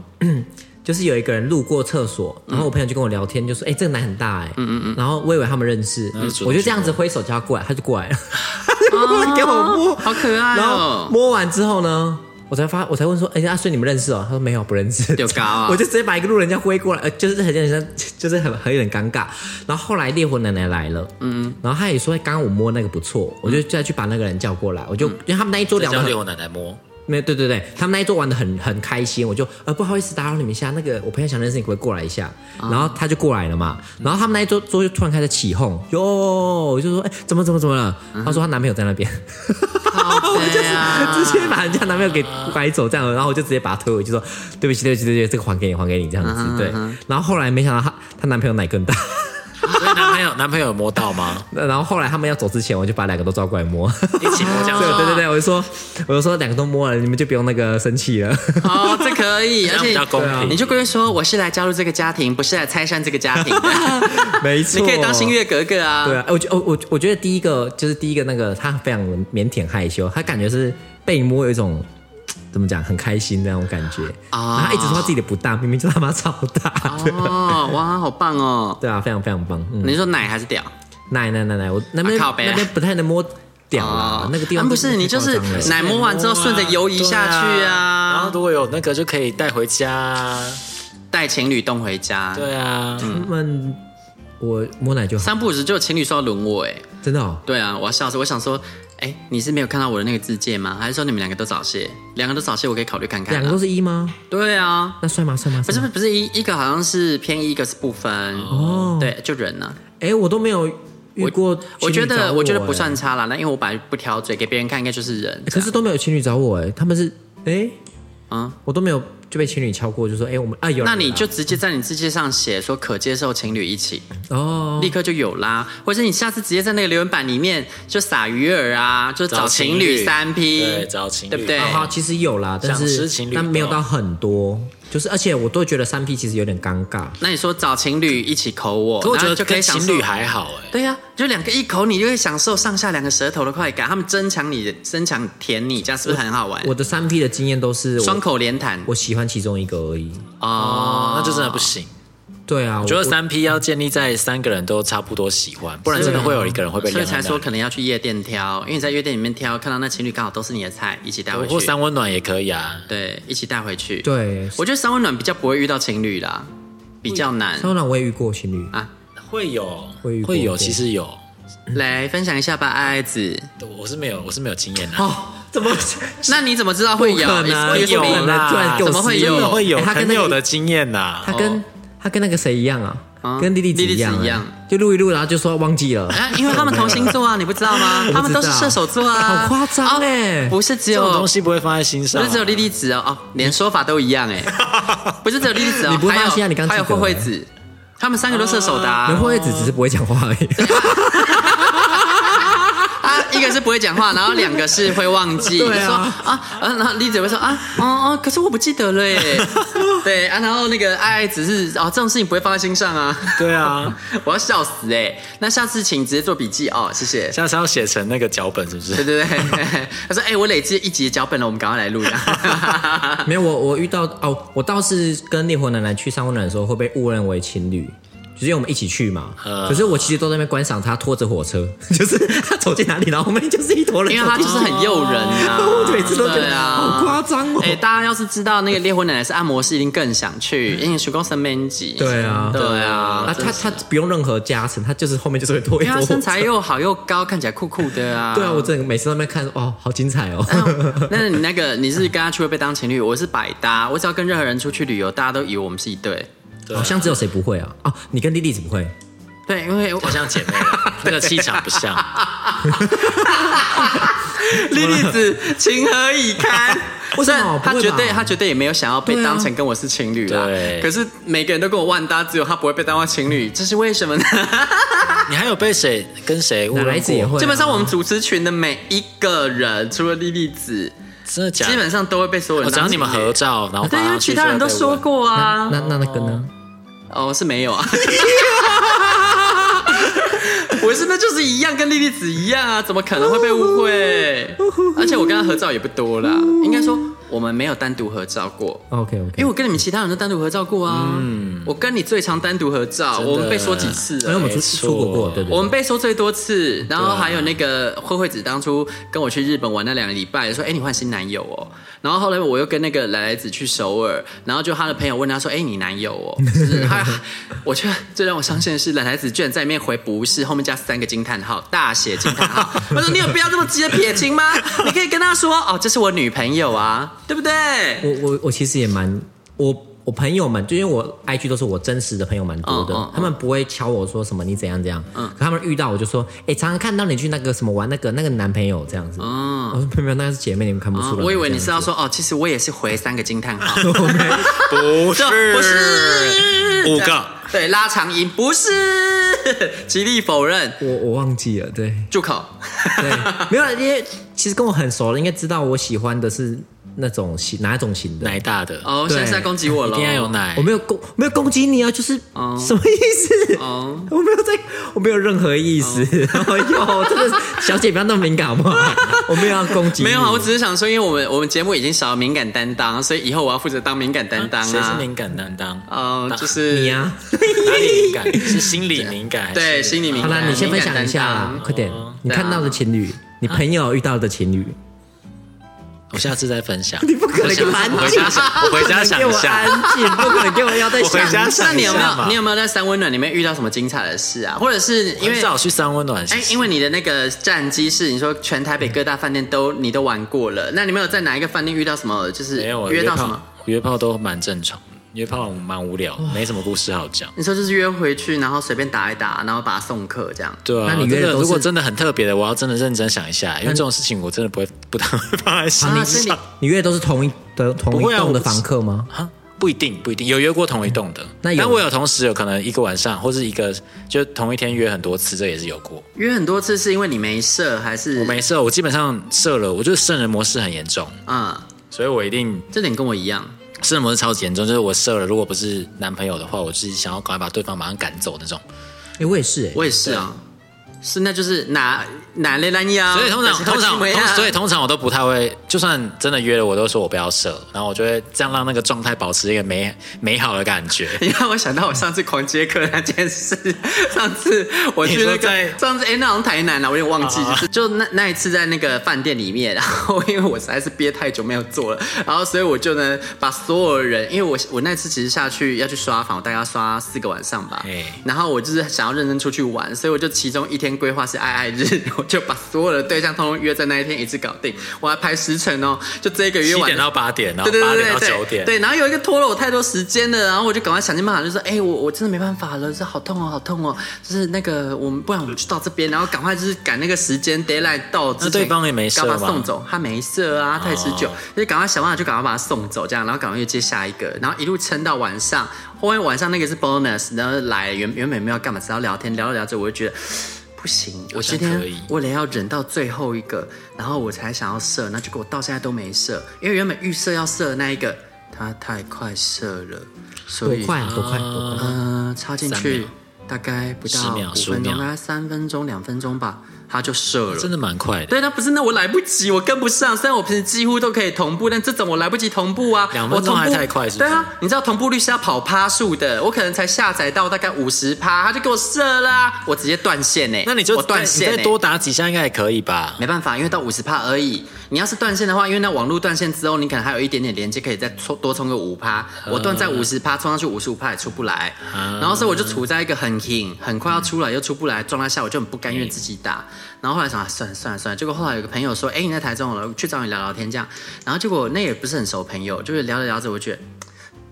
S4: 就是有一个人路过厕所，然后我朋友就跟我聊天，就说：“哎、这个男很大哎、嗯嗯嗯。然后我以为他们认识，
S5: 后就主动
S4: 我就这样子挥手叫他过来，他就过来了， (laughs) 给我摸，
S3: 好可爱
S4: 然后
S3: 哦。
S4: 摸完之后呢，我才发，我才问说：“哎、阿顺你们认识哦？”他说：“没有，不认识。”
S3: 有搞啊
S4: 我就直接把一个路人家挥过来，呃，就是很像， (laughs) 就是很很有点尴尬。然后后来烈火奶奶来了，嗯，然后她也说：“刚刚我摸那个不错。”我就再去把那个人叫过来，我就、因为他们那一桌
S5: 这
S4: 聊得
S5: 叫
S4: 很
S5: 六奶奶摸， (laughs)
S4: 没有，对对对，他们那一桌玩的很很开心，我就呃不好意思打扰你们一下，那个我朋友想认识你，可不可以过来一下？然后他就过来了嘛，然后他们那一桌桌就突然开始起哄，哟，我就说哎怎么怎么怎么了？她说她男朋友在那边，
S3: 好
S4: 就
S3: 对啊，
S4: 是 (laughs) 直接把人家男朋友给拐走这样，然后我就直接把他推回去说对不起对不起对不起，这个还给你还给你这样
S3: 嗯哼
S4: 子，对。然后后来没想到她她男朋友奶更大， (laughs)
S5: 所以男朋友男朋友有摸到吗？
S4: 然后后来他们要走之前，我就把两个都抓过来摸，
S5: 一起摸这样
S4: (laughs) 对
S5: 子，
S4: 对对对，我就说我就说两个都摸了，你们就不用那个生
S3: (laughs)
S4: 气了。
S3: 哦，这可以，
S5: (laughs) 这
S3: 而
S5: 样比较公
S3: 且
S5: 平。
S3: 你就故意说我是来加入这个家庭，不是来拆散这个家庭的。
S4: 没错，
S3: 你可以当新月格格啊。
S4: 对啊，我觉我我我觉得第一个就是第一个那个他非常腼腆害羞，他感觉是被摸有一种怎么讲很开心的那种感觉
S3: 啊
S4: 然后他一直说他自己的不大，明明就他妈超大的，
S3: 哦，哇，好棒哦！
S4: (laughs) 对啊，非常非常棒。嗯，
S3: 你说奶还是屌？
S4: 奶奶奶奶，我那边、
S3: 啊靠北啊
S4: 那边不太能摸屌啦，
S3: 哦
S4: 那个地
S3: 啊
S4: 方
S3: 不是
S4: 真的
S3: 你
S4: 太
S3: 就
S4: 夸
S3: 是
S4: 张了
S3: 奶哎摸完之后顺着游移下去
S5: 对
S3: 啊
S5: 然后如果有那个就可以带回家啊。
S3: 带情侣动回家，
S5: 对啊，
S3: 嗯
S4: 他们我摸奶就好，
S3: 三不五时就有情侣说要轮我哎、
S4: 真的哦，
S3: 对啊，我要笑死！我想说，哎、你是没有看到我的那个字界吗？还是说你们两个都早泄？两个都早泄，我可以考虑看看、啊。
S4: 两个都是一吗？
S3: 对啊，
S4: 那算吗？算吗？
S3: 不是
S4: 算
S3: 不是
S4: 吗
S3: 不是一一个好像是偏一，一个是不分。
S4: 哦
S3: 对，就人呢、啊。
S4: 哎、我都没有遇过
S3: 我
S4: 情
S3: 觉
S4: 侣找
S3: 得我觉得
S4: 哎
S3: 不算差啦，那因为我本来不挑嘴，给别人看应该就是人
S4: 欸。可是都没有情侣找我哎、欸，他们是哎、欸
S3: 啊
S4: 我都没有就被情侣敲过，就说哎、欸我们啊有啦，
S3: 那你
S4: 有啦
S3: 就直接在你字界上写说可接受情侣一起，
S4: 哦
S3: 立刻就有啦。或者你下次直接在那个留言板里面就撒鱼饵啊，就找情侣三 P，
S5: 对，找情侣，
S3: 对不对
S4: 啊好，其实有啦，但
S5: 想
S4: 是
S5: 吃情侣
S4: 但没有
S5: 包
S4: 到很多，就是而且我都觉得三 P 其实有点尴尬，
S3: 那你说找情侣一起口我，
S5: 可我觉
S3: 然后
S5: 得
S3: 哦就可以
S5: 跟
S3: 享
S5: 情
S3: 受
S5: 侣还好哎、
S3: 对呀、啊就两个一口，你就会享受上下两个舌头的快感。他们争抢你，争抢舔你，这样是不是很好玩？
S4: 我的三 P 的经验都是
S3: 双
S4: 我
S3: 口连弹
S4: 我喜欢其中一个而已，
S3: 哦，
S5: 那就真的不行。
S4: 对啊，
S5: 我
S4: 我
S5: 觉得三 P 要建立在三个人都差不多喜欢，不然真的会有一个人会被
S3: 啊所以
S5: 晾在
S3: 才
S5: 那
S3: 说
S5: 里
S3: 可能要去夜店挑，因为你在夜店里面挑，看到那情侣刚好都是你的菜，一起带回
S5: 或
S3: 去。
S5: 三温暖也可以啊。
S3: 对，一起带回去。，
S4: 对，
S3: 我觉得三温暖比较不会遇到情侣啦，比较难。
S4: 当然我也遇过情侣，
S3: 啊，
S5: 会有
S4: 会遇过
S5: 会有，
S4: 对
S5: 其实有，
S3: 来分享一下吧，爱子。
S5: 我是没有我是没有经验的、啊
S4: 哦，怎么
S3: 那你怎么知道会有？
S5: (laughs)
S4: 不可能
S3: Excuse
S4: 有
S3: me
S4: 啦突然给我
S3: 怎么会
S4: 失忆
S5: 真的
S3: 有？
S5: 会有
S4: 哎他跟
S5: 朋
S4: 那个
S5: 友的经验呐、
S4: 他跟他跟那个谁一样
S3: 哦啊
S4: 啊？跟莉莉子一样
S3: 莉莉子
S4: 啊，
S3: 一样
S4: 就录一录，然后就说忘记了，
S3: 啊，因为他们同星座啊，你不知道
S4: (laughs)
S3: 吗？
S4: 道
S3: (laughs) 他们都是射手座啊，
S4: 好夸张欸
S3: 哦不是只
S5: 这种
S3: 有
S5: 东，西不会放在心
S3: 不
S4: 啊
S5: 上、
S3: 是只有莉莉子哦，哦，连说法都一样
S4: (laughs)
S3: 哎，不是只有莉莉子哦，
S4: 你不会
S3: 还有
S4: 发现啊你刚
S3: 还有
S4: 记得
S3: 慧慧子，他们三个都射手的
S4: 然
S3: 啊，
S4: 后也只只是不会讲话而
S3: (laughs)
S4: 已。
S3: 啊，一个是不会讲话，然后两个是会忘记，
S4: 对啊
S3: 说啊，啊然后莉子会说啊，哦哦，可是我不记得了
S4: (laughs)
S3: 哎，对啊，然后那个爱爱子是哦，这种事情不会放在心上啊， (laughs)
S5: 对啊，
S3: 我要笑死哎，那下次请直接做笔记哦，谢谢。
S5: 下次要写成那个脚本是不
S3: 对
S5: 是？
S3: 对 (laughs) 对，他说：“哎、我累积一集的脚本了，我们赶快来录
S4: (laughs)
S3: 呀。
S4: 没有，我我遇到哦，我倒是跟烈火奶奶去三温暖的时候会被误认为情侣。就是因为我们一起去嘛，
S3: 呃
S4: 可是我其实都在那边观赏他拖着火车， (laughs) 就是他走进哪里，然后后面就是一坨人
S3: 因
S4: 走进去，。
S3: 为他就是很诱人啊
S4: (laughs) 我每次都觉
S3: 对
S4: 得好
S3: 啊。
S4: 夸张哦。
S3: 哎、大家要是知道那个烈火奶奶是按摩师，一定更想去，因为徐光生面积。
S4: 对啊
S3: 对
S4: 啊，
S3: 啊，
S4: 他他不用任何加成，他就是后面就是会拖一
S3: 因
S4: 坨
S3: 为他
S4: 火车
S3: 身材又好又高，看起来酷酷的啊。嗯
S4: 对啊，我真的每次都在那边看，哇，好精彩哦。
S3: (laughs) 那你那个你是跟他去会被当情侣，我是百搭，我只要跟任何人出去旅游，大家都以为我们是一对。
S4: (laughs) 好像只有谁不会啊？哦，你跟莉莉子不会，
S3: 对，因为我 (laughs)
S5: 不像姐妹了，那个气场不像。
S3: 莉莉子情何以堪？
S4: 为什么
S3: 她
S4: 不会
S3: 绝 (laughs)
S4: 吧
S3: 对她绝对也没有想要被当成跟我是情侣啦。
S5: 对
S3: 可是每个人都跟我万搭，只有她不会被当成情侣，这是为 (laughs) 什么呢？
S5: 你还有被谁跟谁误
S4: 奶奶
S5: 认
S4: 子也
S5: 过？
S4: 会啊，
S3: 基本上我们主持群的每一个人，除了莉莉子，
S5: 真的假的？
S3: 基本上都会被所有
S5: 我
S3: 人
S5: 只要
S3: 当
S5: 你
S3: 情侣。
S5: 们合照，然后
S3: 对，
S5: 发
S3: 因为
S5: 上去
S3: 其他人都
S5: 就会被
S3: 说
S5: 问
S3: 过啊。
S4: 那那那个呢？
S3: 哦，是没有啊。 (laughs) 我是那就是一样，跟莉莉子一样啊，怎么可能会被误会？而且我跟她合照也不多啦，应该说我们没有单独合照过。
S4: OK OK，
S3: 哦因为我跟你们其他人都单独合照过啊，我跟你最常单独合照，
S5: 嗯真的哎
S3: 我们被说几次
S4: 因为
S3: 了？
S4: 我们出
S5: 没错
S4: 出国过，对对
S3: 我
S4: 对。
S3: 们被说最多次，然后还有那个
S4: 啊
S3: 慧慧子当初跟我去日本玩那两个礼拜，说哎、你换新男友哦，然后后来我又跟那个来来子去首尔，然后就她的朋友问她说哎、你男友哦，就是她，我觉得最让我伤心的是来来子居然在里面回不是，后面加三个惊叹号，大写惊叹号，我说你有必要这么直接撇清吗？你可以跟她说哦这是我女朋友啊，对不对？
S4: 我我我其实也蛮我。我朋友们，就因为我 IG 都是我真实的朋友蛮多的，
S3: 嗯嗯嗯
S4: 他们不会敲我说什么你怎样怎样，
S3: 嗯
S4: 可他们遇到我就说，哎、常常看到你去那个什么玩那个那个男朋友这样子，我说没有，那是姐妹，你们看不出
S3: 啊
S4: 来、
S3: 哦我以为你是
S4: 这
S3: 要
S4: 样子
S3: 说哦，其实我也是回三个惊叹号，
S5: 不
S3: 这不是
S5: 五个，
S3: 对，拉长音不是， (laughs) 极力否认，
S4: 我我忘记了，
S3: (laughs)
S4: 对
S3: 住口。
S4: 对，没有啦，因为其实跟我很熟了，应该知道我喜欢的是那种型哪种型的，
S5: 奶大的，
S3: 哦，现在是在攻击我
S5: 一
S3: 了，
S5: 定要有。奶
S4: 我。没有攻没有攻击你啊，就是、什么意思？
S3: 哦，
S4: 我没有在，我没有任何意思。 (laughs) 哎呦，真的，小姐不要那么敏感好不
S3: (laughs)
S4: 好？我没有要攻击你，
S3: 没有啊，我只是想说，因为我们我们节目已经少了敏感担当，啊所以以后我要负责当敏感担当
S5: 谁是
S3: 啊。
S5: 敏感担当？
S3: 哦，就
S4: 你
S3: 是
S4: 啊。
S5: 哪里敏
S3: (laughs)
S5: 感？是心理敏感还是？
S3: 对心理敏
S4: 好
S3: 感。
S4: 啦，你先分享一
S3: 敏感，
S4: 下啦
S3: 担哦
S4: 快点。你看到的情侣，
S3: 啊
S4: 你朋友遇到的情侣，
S5: 我下次再分享。
S4: 你不可能给我安
S5: 我回
S4: 静，
S5: 家想，我回家想
S4: 给我
S5: 一下。
S4: 安静，不可能给我要再
S5: 我回家
S4: 想。
S3: 当那
S5: 想
S3: 你
S5: 一
S3: 有没
S5: 下
S3: 有
S5: 嘛
S3: 你。有没有在三温暖里面遇到什么精彩的事啊？或者是因
S5: 因为
S3: 为
S5: 早去三温暖，
S3: 哎，因为你的那个战机是你说全台北各大饭店都你都玩过了，那你没有在哪一个饭店遇到什么就是
S5: 没有我
S3: 约到
S5: 炮
S3: 什么？
S5: 约炮都蛮正常，约炮蛮无聊，没什么故事好讲。
S3: 你说就是约回去，然后随便打一打，然后把他送客这样。
S5: 对啊，
S4: 那你约的
S5: 真的
S4: 都是
S5: 如果真的很特别的，我要真的认真想一下，因为这种事情我真的不会不太会放在心
S3: 啊，
S5: 里
S3: 所以你
S5: 上。
S4: (laughs) 你约的都是同一的同
S5: 不会
S4: 一
S5: 啊
S4: 栋的
S5: 我不是
S4: 房客吗？
S5: 啊，不一定，不一定有约过同一栋的，
S3: 嗯
S4: 那有
S5: 但我有同时有可能一个晚上或是一个就同一天约很多次，这也是有过。
S3: 约很多次是因为你没射还是？
S5: 我没射，我基本上射了，我就是圣人模式很严重，
S3: 啊、
S5: 所以我一定
S3: 这点跟我一样。
S5: 圣人模式超级严重，就是我射了，如果不是男朋友的话，我是想要赶快把对方马上赶走那种。
S4: 哎，我也是，哎，
S3: 我也是啊，是那就是哪哪类烂腰，
S5: 所以通常通常通所以
S3: 通
S5: 通常我都不太会，就算真的约了，我都说我不要射，然后我就会这样让那个状态保持一个美美好的感觉。
S3: 你让我想到我上次狂接客那件事，上次我去那
S5: 你说在
S3: 个上次哎、那好像台南啊，我有点忘记，就是就那那一次在那个饭店里面，然后因为我实在是憋太久没有做了，然后所以我就呢把所有人，因为我我那次其实下去要去刷房，我大概要刷四个晚上吧，
S5: 哎
S3: 然后我就是想要认真出去玩，所以我就其中一天规划是爱爱日，我就把所有的对象通通约在那一天一次搞定。我还排时程哦，就这 (laughs) 个约
S5: 七
S3: 完
S5: 点到八点，然后
S3: 对对
S5: 八点
S3: 对
S5: 到
S3: 对
S5: 九
S3: 对
S5: 点，
S3: 对，然后有一个拖了我太多时间了，然后我就赶快想尽办法，就说，哎、我我真的没办法了，这好痛哦，好痛哦，就是那个我们不然我们就到这边，然后赶快就是赶那个时间 d a y l i g h t 到之前，
S5: 那对方也没射
S3: 赶快
S5: 吗
S3: 送走，他没射啊，太持久，
S5: 哦
S3: 就赶快想办法就赶快把他送走，这样，然后赶快又接下一个，然后一路撑到晚上，后面晚上那个是 bonus，然后来原原本没有干嘛，只要聊天，聊着聊着我就觉得。不行，我今天
S5: 可以
S3: 为了要忍到最后一个，然后我才想要射，那结果我到现在都没射，因为原本预设要射的那一个，他太快射了，所
S4: 多
S3: 以
S4: 快啊，多快，多快！
S3: 呃，插进
S5: 三
S3: 去
S5: 秒
S3: 大概不
S5: 10
S3: 到
S5: 秒
S3: 五分
S5: 15
S3: 钟，
S5: 秒
S3: 大概三分钟两分钟吧，他就射了
S5: 真。的蛮快的。
S3: 对，那不是那我来不及，我跟不上。虽然我平时几乎都可以同步，但这种我来不及同步啊。
S5: 两分钟
S3: 我同步
S5: 还太快是不
S3: 对
S5: 是
S3: 啊，你知道同步率是要跑趴数的，我可能才下载到大概五十趴，他就给我射啦、我直接断线呢、
S5: 那你就
S3: 我
S5: 再
S3: 断线、
S5: 你
S3: 欸，
S5: 再多打几下应该也可以吧？
S3: 没办法，因为到五十帕而已。你要是断线的话，因为那网络断线之后，你可能还有一点点连接，可以再充多充个五趴。我断在五十趴，冲上去五十五趴也出不来。然后所以我就处在一个很 king，很快要出来又出不来状态下，我就很不甘愿自己打。然后后来想，啊算了算了算了。结果后来有个朋友说，哎、你在台中了，我去找你聊聊天这样。然后结果那也不是很熟的朋友，就是聊着聊着，我觉得。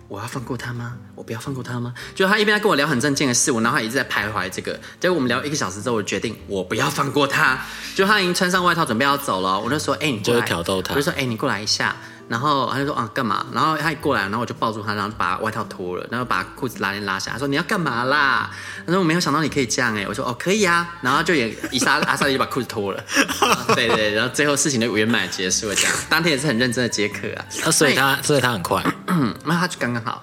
S3: 我要放过他吗？我不要放过他吗？就他一边在跟我聊很正经的事物，然后他一直在徘徊这个。结果我们聊一个小时之后，我决定我不要放过他。就他已经穿上外套准备要走了，我就说：“哎、你过来。”
S5: 就是挑逗他
S3: 我就说：“哎、你过来一下。”然后他就说：“啊，干嘛？”然后他一过来，然后我就抱住他，然后把外套脱了，然后把裤子拉链拉下。他说：“你要干嘛啦？”他说：“我没有想到你可以这样。”哎，我说：“哦，可以啊。”然后就也伊莎阿莎莉就把裤子脱了。 (laughs) 对对，然后最后事情就圆满结束了。这样，当天也是很认真的接客啊。
S5: 那所以他，所以他很
S3: (coughs)
S5: 快，
S3: 嗯，那他就刚刚好。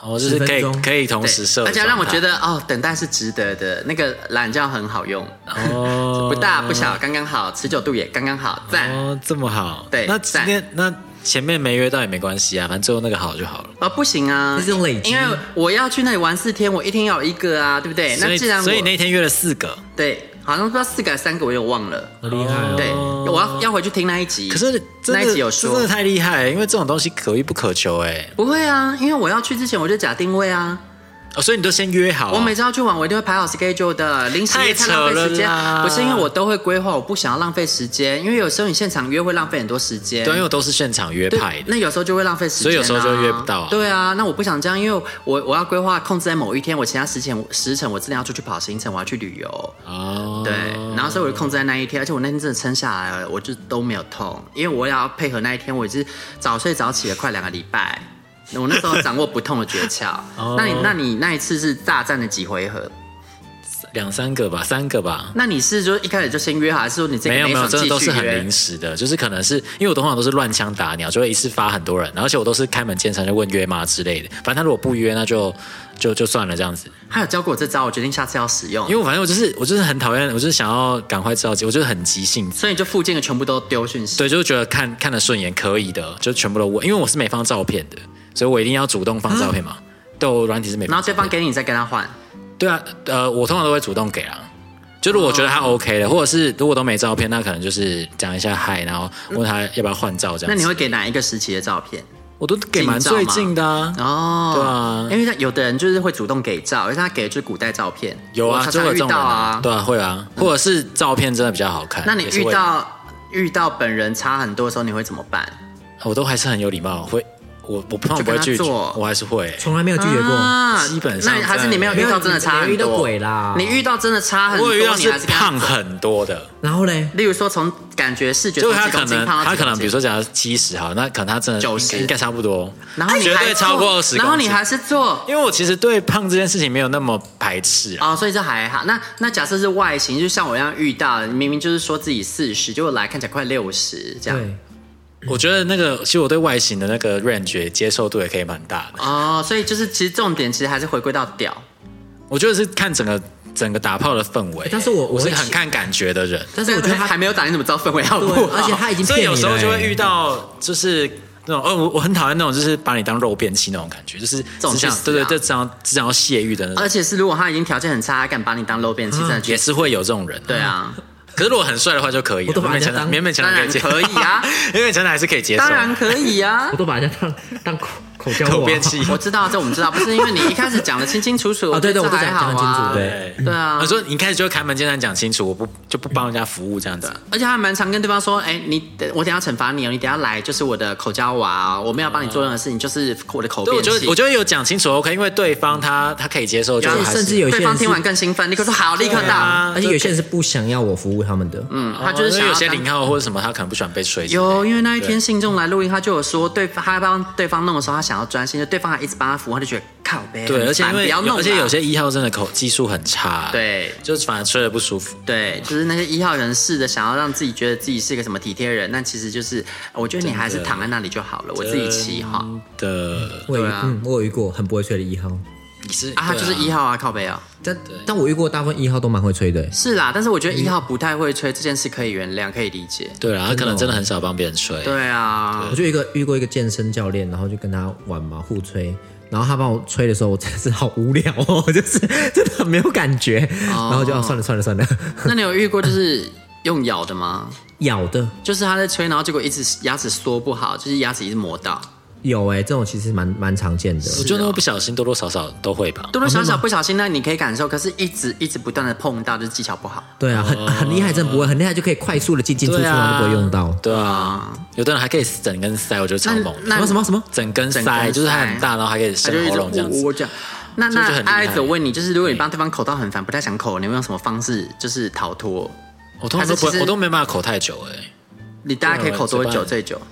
S5: 我就是可
S4: 10分
S5: 以
S4: 钟
S5: 可以同
S3: 对
S5: 时射，
S3: 而且让我觉得哦，等待是值得的，那个懒觉很好用，
S5: 哦
S3: (laughs) 不大不小，刚刚好，持久度也刚刚好，赞。哦
S5: 哦这么好，
S3: 对
S5: 那今天那前面没约到也没关系啊，反正最后那个好就好了。
S3: 不行啊，
S4: 这是种累积
S3: 因为我要去那里玩四天，我一天要有一个啊，对不对？
S5: 所
S3: 那
S5: 以
S3: 既然我
S5: 所以那天约了四个，
S3: 对，好像不知道四个还是三个，我有点忘了。
S4: 好厉害哦！
S3: 对，我要要回去听那一集。
S5: 可是
S3: 那
S5: 真
S3: 一
S5: 的
S3: 集有
S5: 这真
S3: 说
S5: 的太厉害了，因为这种东西可遇不可求哎、
S3: 不会啊，因为我要去之前我就假定位啊，
S5: 哦，所以你都先约好、啊，
S3: 我每次要去玩，我一定会排好 schedule 的，临时约
S5: 太
S3: 太
S5: 扯
S3: 浪费时间
S5: 了啦。
S3: 不是因为我都会规划，我不想要浪费时间，因为有时候你现场约会浪费很多时间。
S5: 对，因为我都是现场约
S3: 对
S5: 派的，
S3: 那有时候就会浪费时间、啊，
S5: 所以有时候就约不到啊
S3: 对啊，那我不想这样，因为我我要规划控制在某一天，我其他时程时程我真的要出去跑行程，我要去旅游。
S5: 哦，
S3: 对，然后所以我就控制在那一天，而且我那天真的撑下来了，我就都没有痛，因为我也要配合那一天，我也是早睡早起了快两个礼拜。我那时候掌握不痛的诀
S5: (laughs)
S3: 窍。
S5: 哦
S3: 那你那你那一次是大战了几回合？
S5: 两三个吧，三个吧。
S3: 那你是说一开始就先约好，还是说你这个
S5: 没有没有，
S3: 爽
S5: 真的
S3: 继
S5: 都
S3: 续
S5: 是很
S3: 约
S5: 临？时的，就是可能是因为我通常都是乱枪打鸟，就会一次发很多人，而且我都是开门见山就问约吗之类的。反正他如果不约，那就就就算了这样子。
S3: 他有教过我这招，我决定下次要使用
S5: 因。为我反正我就是我就是很讨厌，我就是想要赶快知道结果，我就是很急性子。
S3: 所以你就附近的全部都丢讯息。
S5: 对，就是觉得看看得顺眼可以的，就全部都问，因为我是没放照片的，所以我一定要主动放照片嘛。对，我软体是没
S3: 嗯
S5: 放照片。
S3: 然后对方给你，你再跟他换。
S5: 对啊，呃，我通常都会主动给啊。就如果我觉得
S3: 哦
S5: 他 OK 的，或者是如果都没照片，那可能就是讲一下嗨，然后问他要不要换照这样子。
S3: 嗯那你会给哪一个时期的照片？
S5: 我都给蛮最近的啊。
S3: 哦，
S5: 对啊
S3: 因为他有的人就是会主动给照，因为他给的就是古代照片。
S5: 有啊，
S3: 我
S5: 就
S3: 常
S5: 会
S3: 常
S5: 有这
S3: 遇
S5: 种人
S3: 到
S5: 啊
S3: 啊，。
S5: 对啊，会啊，或者是照片真的比较好看。
S3: 那你
S5: 也是
S3: 遇
S5: 会，
S3: 到遇到本人差很多的时候，你会怎么办？
S5: 我都还是很有礼貌，会我我通常不
S3: 就跟
S5: 会拒
S3: 他
S5: 绝，
S3: 做
S5: 我还是会。
S4: 从来没有拒绝过。
S3: 啊
S5: 基本上
S3: 那还是你没有遇到真的差
S4: 没有
S3: 很
S4: 遇到
S3: 多
S4: 鬼啦
S3: 你遇到真的差很多，
S5: 我有遇到
S3: 你
S5: 是
S3: 还是跟他
S5: 胖。很多的，
S4: 然后嘞，
S3: 例如说，从感觉视觉
S5: 就
S3: 从
S5: 是他
S3: 几
S5: 可
S3: 公斤
S5: 能
S3: 胖到
S5: 他
S3: 几
S5: 可
S3: 公
S5: 能
S3: 斤
S5: 比如说讲七十好，那可能他真的
S3: 90
S5: 应该差不多，
S3: 然后你
S5: 绝
S3: 还
S5: 对超
S3: 做
S5: 过十，
S3: 然后你还是做，
S5: 因为我其实对胖这件事情没有那么排斥啊。
S3: 哦，所以这还好。那那假设是外形，就像我一样遇到，明明就是说自己四十，结果来看起来快六十这样。
S4: 对，
S5: 我觉得那个，其实我对外形的那个 range 接受度也可以蛮大的。
S3: 哦，所以就是其实重点其实还是回归到屌。
S5: 我觉得是看整个整个打炮的氛围，
S4: 但是我
S5: 我
S4: 我
S5: 是
S4: 会
S5: 很看感觉的人，
S4: 但是我觉得他
S3: 还没有打，你怎么知道氛围好不啊
S4: 对，
S3: 好？
S4: 而且他已经
S5: 所以
S4: 骗你了欸。
S5: 有时候就会遇到就是。那种，呃，我我很讨厌那种，就是把你当肉便器那种感觉，就是
S3: 种
S5: 只
S3: 去
S5: 想
S3: 死啊呃
S5: 对对，就只想只想要泄欲的那种，
S3: (laughs)
S5: 嗯
S3: 而且是如果他已经条件很差，还敢把你当 low 变，其
S4: 嗯
S3: 实很
S5: 也
S3: 绝。
S5: 是会有这种人。
S3: 对，啊，
S5: 可是如果很帅的话就可以了，
S4: 我都把
S5: 勉
S4: 人家
S5: 强的
S4: 当
S5: 勉勉强强可以接，
S3: 当然可以啊，
S5: (laughs) 勉勉强强还是可以接受。
S3: 当然啊可以啊
S4: (laughs) 我。都把人家当当口口交啊
S5: 口
S4: 王
S5: 便器，
S3: 我知道，这我们知道，不是因为你一开始讲的清清楚楚。
S4: 啊，对对，
S3: 这
S4: 我都
S3: 还
S4: 讲
S3: 好
S4: 讲
S3: 啊
S4: 很清楚，对。
S5: (laughs) 对
S3: 对啊
S5: 我。说你一开始就开门见山讲清楚，我不就不帮人家服务这样子。
S3: 而且他还蛮常跟对方说，哎，你等我等一下惩罚你哦，你等一下来就是我的口交娃哦，我没有帮你做任何事情，就是我的口
S5: 对，
S3: 变
S5: 我觉
S3: 器
S5: 得。我觉得有讲清楚 OK，因为对方他他可以接受，就
S4: 而且
S5: 还是
S4: 甚至有些
S3: 对方
S4: 人是
S3: 听，完更兴奋，立刻说好，立刻
S5: 对
S3: 到。
S5: 啊
S4: 而且有些人是不想要我服务他们的，嗯，
S3: 嗯他就是
S5: 哦因
S3: 想
S5: 为
S3: 要
S5: 有些
S3: 当
S5: 零号或者什么，他可能不喜欢被吹之类的。
S3: 有，因为那一天信众来录音，他就有说对方他帮对方弄的时候，他想要专心，就对方还一直帮他服务，他就觉得靠呗，
S5: 对，
S3: 很
S5: 而且
S3: 烦
S5: 因为
S3: 不要弄啦，
S5: 而且有些一号真的口技术很差，，
S3: 对。
S5: 就是反而吹的不舒服。
S3: 对，就是那些一号人士的，想要让自己觉得自己是一个什么体贴人，但其实就是，我觉得你还是躺在那里就好了，我自己骑哈。
S5: 的，
S4: 我有
S3: 对啊
S4: 嗯，我有遇过很不会吹的一号，
S5: 你是
S3: 啊，他就是一
S5: 号，
S3: 号啊，靠背啊。
S4: 但但我遇过大部分一号都蛮会吹的，欸
S3: 是啦，但是我觉得
S5: 嗯
S3: 一号不太会吹这件事可以原谅，可以理解。
S5: 对啊，他可能真的很少帮别人吹。
S3: 对啊
S4: 我，就有一个遇过一个健身教练，然后就跟他玩嘛，互吹。然后他帮我吹的时候，我真的是好无聊哦， (laughs) 我就是真的很没有感觉。
S5: 哦
S4: 然后就、啊、算了算了算了，
S3: 那你有遇过就是用咬的吗？
S4: 咬的
S5: 哦
S3: 就是他在吹，然后结果一直牙齿缩不好，就是牙齿一直磨到。
S4: 有哎、这种其实蛮蛮常见的。
S5: 我觉得那么不小心，多多少少都会吧。
S3: 多多少少不小心，那你可以感受，可是一直一直不断的碰到，就是技巧不好。
S4: 对啊，很很厉害，真的不会，很厉害就可以快速的进进出出，
S5: 啊
S4: 然后就不会用到。
S5: 对啊，有的人还可以整根塞，我觉得超猛的。
S3: 那那
S4: 什么什么
S5: 整根
S3: 整根
S5: 塞，就是它
S3: 塞
S5: 很大，然后还可以
S3: 他就
S5: 伸
S3: 一
S5: 喉
S3: 直
S5: 咙这样
S3: 我
S5: 子。
S3: 我这样。那
S5: 这就
S3: 那
S5: 很厉害嗯
S3: 阿紫，我问你，就是如果你帮对方口到很烦，不太想口，你会用什么方式就是逃脱？
S5: 我通常都
S3: 还是其
S5: 不
S3: 实
S5: 会，我都没办法口太久哎。
S3: 你大家可以口多久
S5: 对
S3: 最久？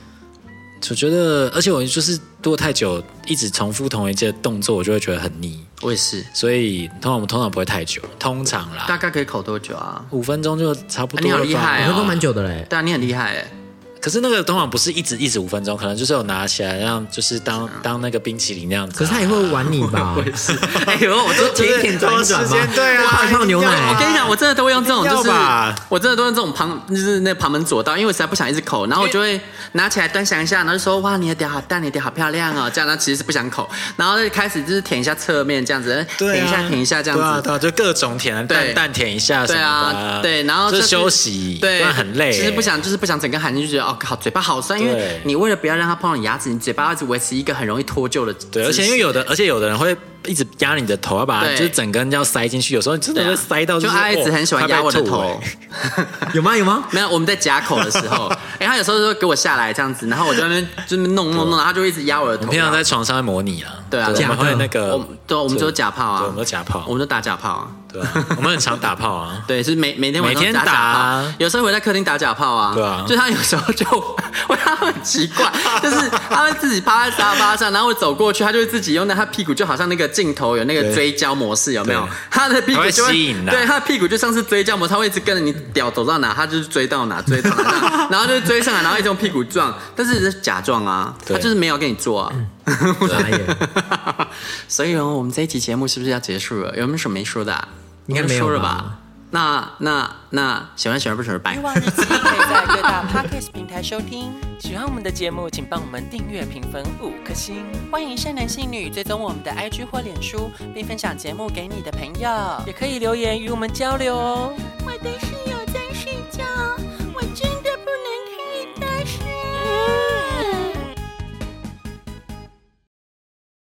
S5: 我觉得，而且我就是如果太久一直重复同一件动作，我就会觉得很腻。
S3: 我也是，
S5: 所以通常我们通常不会太久，通常
S3: 大
S5: 啦，
S3: 概可以口多久啊？
S5: 五分钟就差不
S3: 啊
S5: 多
S3: 你好
S5: 了吧。
S3: 厉害哦
S4: 我觉得都蛮久的嘞。
S3: 对啊，你很厉害哎。
S5: 可是那个通常不是一直一直五分钟，可能就是有拿起来，让就是
S3: 嗯
S5: 当当那个冰淇淋那样子啊。
S4: 可是他也会玩你吧？
S5: (laughs)
S3: (laughs) 哎呦，我都
S4: 甜甜转一转吗？
S5: 对啊
S4: 泡泡牛奶。
S3: 我跟你讲，我真的都会用这种，就
S5: 一定
S3: 是
S5: 要吧
S3: 我真的都用这种旁，就是那旁门左道，因为我实在不想一直口，然后我就会拿起来端详一下，然后就说哇，你的屌好大，你的屌好漂亮哦，这样，然后其实是不想口，然后就开始就是舔一下侧面这样子，
S5: 对
S3: 舔
S5: 啊
S3: 一下舔一下这样子，
S5: 对啊，对啊，就各种舔，
S3: 对
S5: 蛋蛋舔一下什
S3: 对
S5: 么的
S3: 啊，对，然后
S5: 就是休息，
S3: 对，
S5: 不然很累。
S3: 其实不想，就是不想整个含进去，觉得哦，好，嘴巴好酸，因为
S5: 对
S3: 你为了不要让它碰到你牙齿，你嘴巴要一直维持一个很容易脱臼的姿势，啊
S5: 对，而且因为有的，而且有的人会一直压你的头，要把
S3: 对
S5: 就是整根要塞进去，有时候你真的
S3: 对啊
S5: 会塞到
S3: 就是阿姨子很喜欢压我的。
S5: 哦快被
S3: 头
S5: 吐。欸
S4: 有吗？有吗？
S3: (laughs) 没有，我们在夹口的时
S5: (laughs)
S3: 候，哎、他有时候就给我下来这样子，然后我就在那边就那边弄弄弄，然后他就一直压我的
S5: 我
S3: 头。
S5: 们平常在床上会模拟啊，
S3: 对啊
S5: 我
S4: 假
S5: 们
S4: 的
S5: 会那个
S3: 我们，对，我们都假炮啊，
S5: 对我们都假炮
S3: 我们都打假炮啊。
S5: 对啊，我们很常打
S3: (laughs)
S5: 炮啊。
S3: 对，是每每天晚上
S5: 每天
S3: 打假
S5: 打啊
S3: 炮，有时候会在客厅打假炮啊。
S5: 对啊
S3: 就他有时候就， (laughs) 我他很奇怪，就是他会自己趴在沙发上，然后我走过去，他就会自己用那他屁股，就好像那个镜头有那个
S5: 对
S3: 追焦模式，有没有
S5: 对？
S3: 他的屁股就
S5: 他会吸引啊
S3: 对，他的屁股就像是追焦模式，他会一直跟着你屌走到哪，他就是追到哪，追到哪，然后就追上来，然后一直用屁股撞，但是是假撞啊，他
S5: 对
S3: 就是没有跟你做啊。
S4: 傻眼，
S3: 所以哦，我们这一期节目是不是要结束了？有没有什么没说的、啊？
S4: 应该没有吧
S3: 说了吧？那那那，喜欢喜欢不喜欢拜
S2: 欲。望日记可以在各大 podcast 平台收听。喜欢我们的节目，请帮我们订阅、评分五颗星。欢迎善男信女追踪我们的 IG 或脸书，并分享节目给你的朋友，也可以留言与我们交流哦。我的室友